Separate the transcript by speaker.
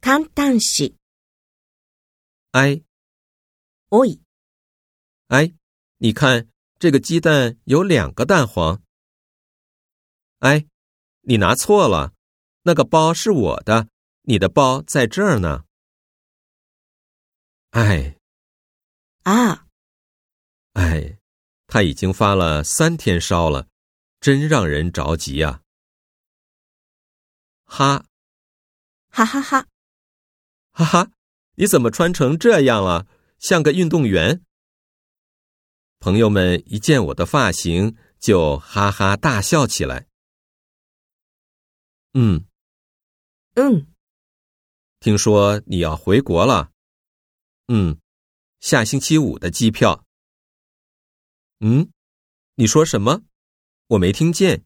Speaker 1: 短短視、
Speaker 2: 哎
Speaker 1: おい、
Speaker 2: 哎，你看这个鸡蛋有两个蛋黄。哎，你拿错了，那个包是我的，你的包在这儿呢。哎
Speaker 1: ああ、
Speaker 2: 哎，他已经发了三天烧了，真让人着急啊。哈
Speaker 1: ははは、
Speaker 2: 哈哈，你怎么穿成这样了？像个运动员。朋友们一见我的发型，就哈哈大笑起来。嗯，
Speaker 1: うん、
Speaker 2: 听说你要回国了。嗯，下星期五的机票。嗯，你说什么？我没听见。